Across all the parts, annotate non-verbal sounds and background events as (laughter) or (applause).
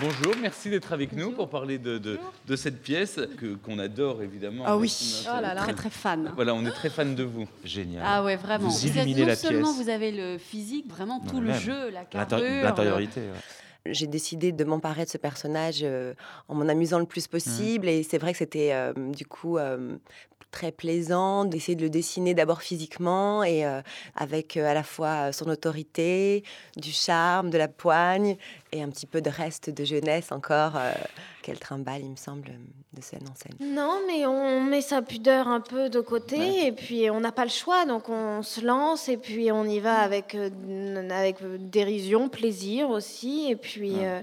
Bonjour, merci d'être avec nous Bonjour. pour parler de, de- Bonjour. de cette pièce que- qu'on adore évidemment. Ah oui. Notre- Oh là là. Très très fan. Voilà, on est très fan de vous. Génial. Ah ouais, vraiment. Vous êtes- illuminez non la seulement pièce. vous avez le physique, vraiment Non, tout mais le même. jeu, la L'intéri- carrure. le- L'intériorité. ouais. j'ai décidé de m'emparer de ce personnage euh, en m'en amusant le plus possible. Et c'est vrai que c'était euh, du coup euh, très plaisant d'essayer de le dessiner d'abord physiquement et euh, avec euh, à la fois euh, son autorité, du charme, de la poigne et un petit peu de reste de jeunesse encore euh, qu'elle trimballe, il me semble, de scène en scène. Non, mais on met sa pudeur un peu de côté et puis on n'a pas le choix, donc on se lance et puis on y va avec, euh, avec dérision, plaisir aussi. Et puis, euh,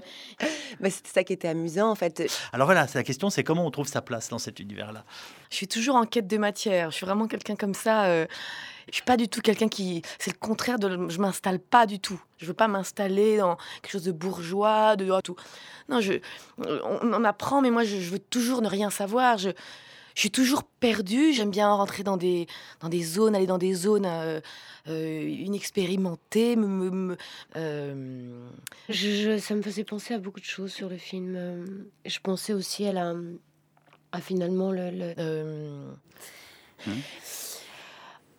Mais c'était ça qui était amusant en fait. Alors voilà, c'est la question, c'est comment on trouve sa place dans cet univers-là. Je suis toujours en quête de matière. Je suis vraiment quelqu'un comme ça. euh, je suis pas du tout quelqu'un qui. C'est le contraire de. Je m'installe pas du tout. Je veux pas m'installer dans quelque chose de bourgeois, de oh, tout. Non, je. euh, On, on apprend, mais moi, je, je veux toujours ne rien savoir. Je. Je suis toujours perdue. J'aime bien rentrer dans des dans des zones, aller dans des zones euh, euh, inexpérimentées. me- me- me- euh, Je, je- ça me faisait penser à beaucoup de choses sur le film. Euh, Je pensais aussi à la, à finalement le, le- euh,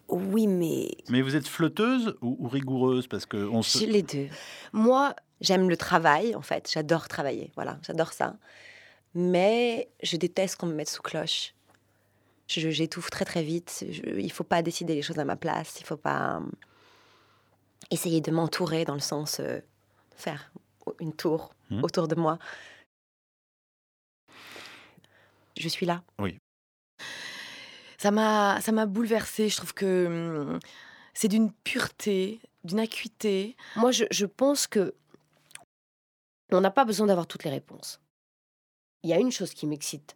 Oui, mais Mais vous êtes flotteuse ou, ou rigoureuse Parce que on se... j'ai les deux. moi, J'aime le travail, en fait. J'adore travailler. Voilà, j'adore ça. Mais je déteste qu'on me mette sous cloche. Je- J'étouffe très, très vite. Je- il faut pas décider les choses à ma place. Il faut pas euh, essayer de m'entourer dans le sens euh, faire une tour Mmh. Mhm. autour de moi. Je suis là. Ça m'a, ça m'a bouleversée. Je trouve que hum, c'est d'une pureté, d'une acuité. Moi, je, je pense que on n'a pas besoin d'avoir toutes les réponses. Il y a une chose qui m'excite,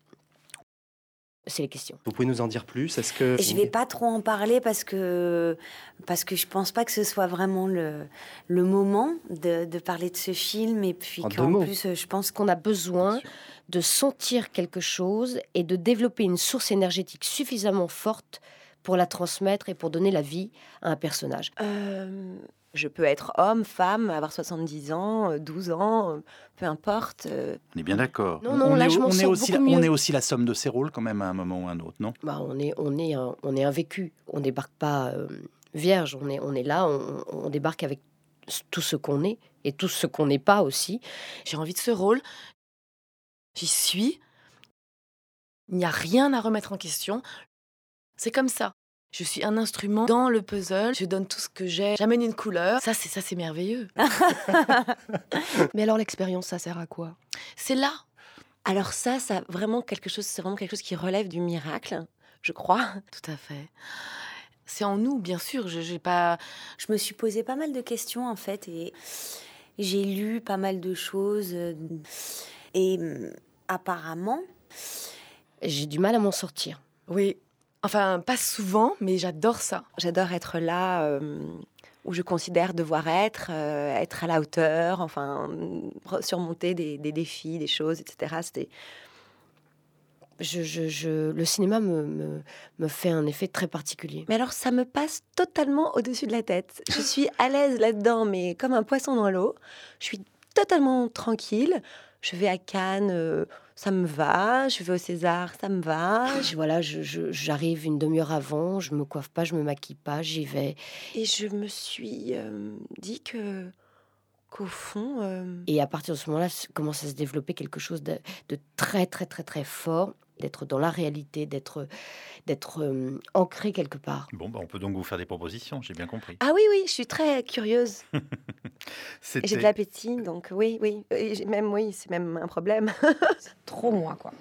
c'est les questions. Vous pouvez nous en dire plus Est-ce que Je vais pas trop en parler parce que parce que je pense pas que ce soit vraiment le, le moment de, de parler de ce film et puis En deux qu'en mots. plus je pense qu'on Qu'on a besoin de sentir quelque chose et de développer une source énergétique suffisamment forte pour la transmettre et pour donner la vie à un personnage. Euh, je peux être homme, femme, avoir 70 ans, euh, 12 ans, euh, peu importe. euh, On est bien d'accord. Non, non, on, là, est, je m'en on est sors aussi, beaucoup on mieux. est aussi la somme de ses rôles quand même à un moment ou à un autre, non Bah, on est on est un, on est un vécu. On débarque pas euh, vierge. On est on est là. On, on débarque avec s- tout ce qu'on est et tout ce qu'on n'est pas aussi. J'ai envie de ce rôle. J'y suis. Il n'y a rien à remettre en question. C'est comme ça. Je suis un instrument dans le puzzle. Je donne tout ce que j'ai. J'amène une couleur. Ça, c'est ça, c'est (laughs) merveilleux. Mais alors, l'expérience, ça sert à quoi C'est là. Alors ça, ça vraiment quelque chose, c'est vraiment quelque chose qui relève du miracle, je crois. (laughs) Tout à fait. C'est en nous, bien sûr. Je j'ai pas. je me suis posé pas mal de questions en fait et j'ai lu pas mal de choses euh, et hum, apparemment J'ai du mal à m'en sortir. Oui. Enfin, pas souvent, mais j'adore ça. J'adore être là euh, où je considère devoir être, euh, être à la hauteur, enfin mm, re- surmonter des, des défis, des choses, etc. C'était Je, je- je- le cinéma me, me, me fait un effet très particulier. Mais alors ça me passe totalement au-dessus de la tête. Je suis à l'aise là-dedans, mais comme un poisson dans l'eau. Je suis totalement tranquille. Je vais à Cannes, euh, ça me va. Je vais au César, ça me va. Je- voilà, je- je- j'arrive une demi-heure avant. Je me coiffe pas, je me maquille pas, j'y vais. Et je me suis euh, dit que qu'au fond, euh, Et à partir de ce moment-là, s- commence à se développer quelque chose de, de très, très, très, très fort, d'être dans la réalité, d'être d'être euh, ancré quelque part. Bon, bah, on peut donc vous faire des propositions, j'ai bien compris. ah oui oui, je suis très curieuse et j'ai de C'était l'appétit, donc oui oui, Et j'ai- même oui, c'est même un problème. trop moi, quoi.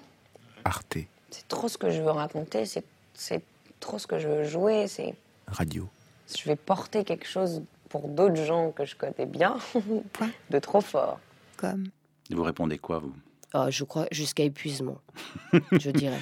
Arte C'est trop ce que je veux raconter, c'est- c'est trop ce que je veux jouer, c'est... Radio. Je vais porter quelque chose pour d'autres gens que je connais bien, de trop fort. Vous répondez quoi, vous Ah, je crois jusqu'à épuisement, je dirais.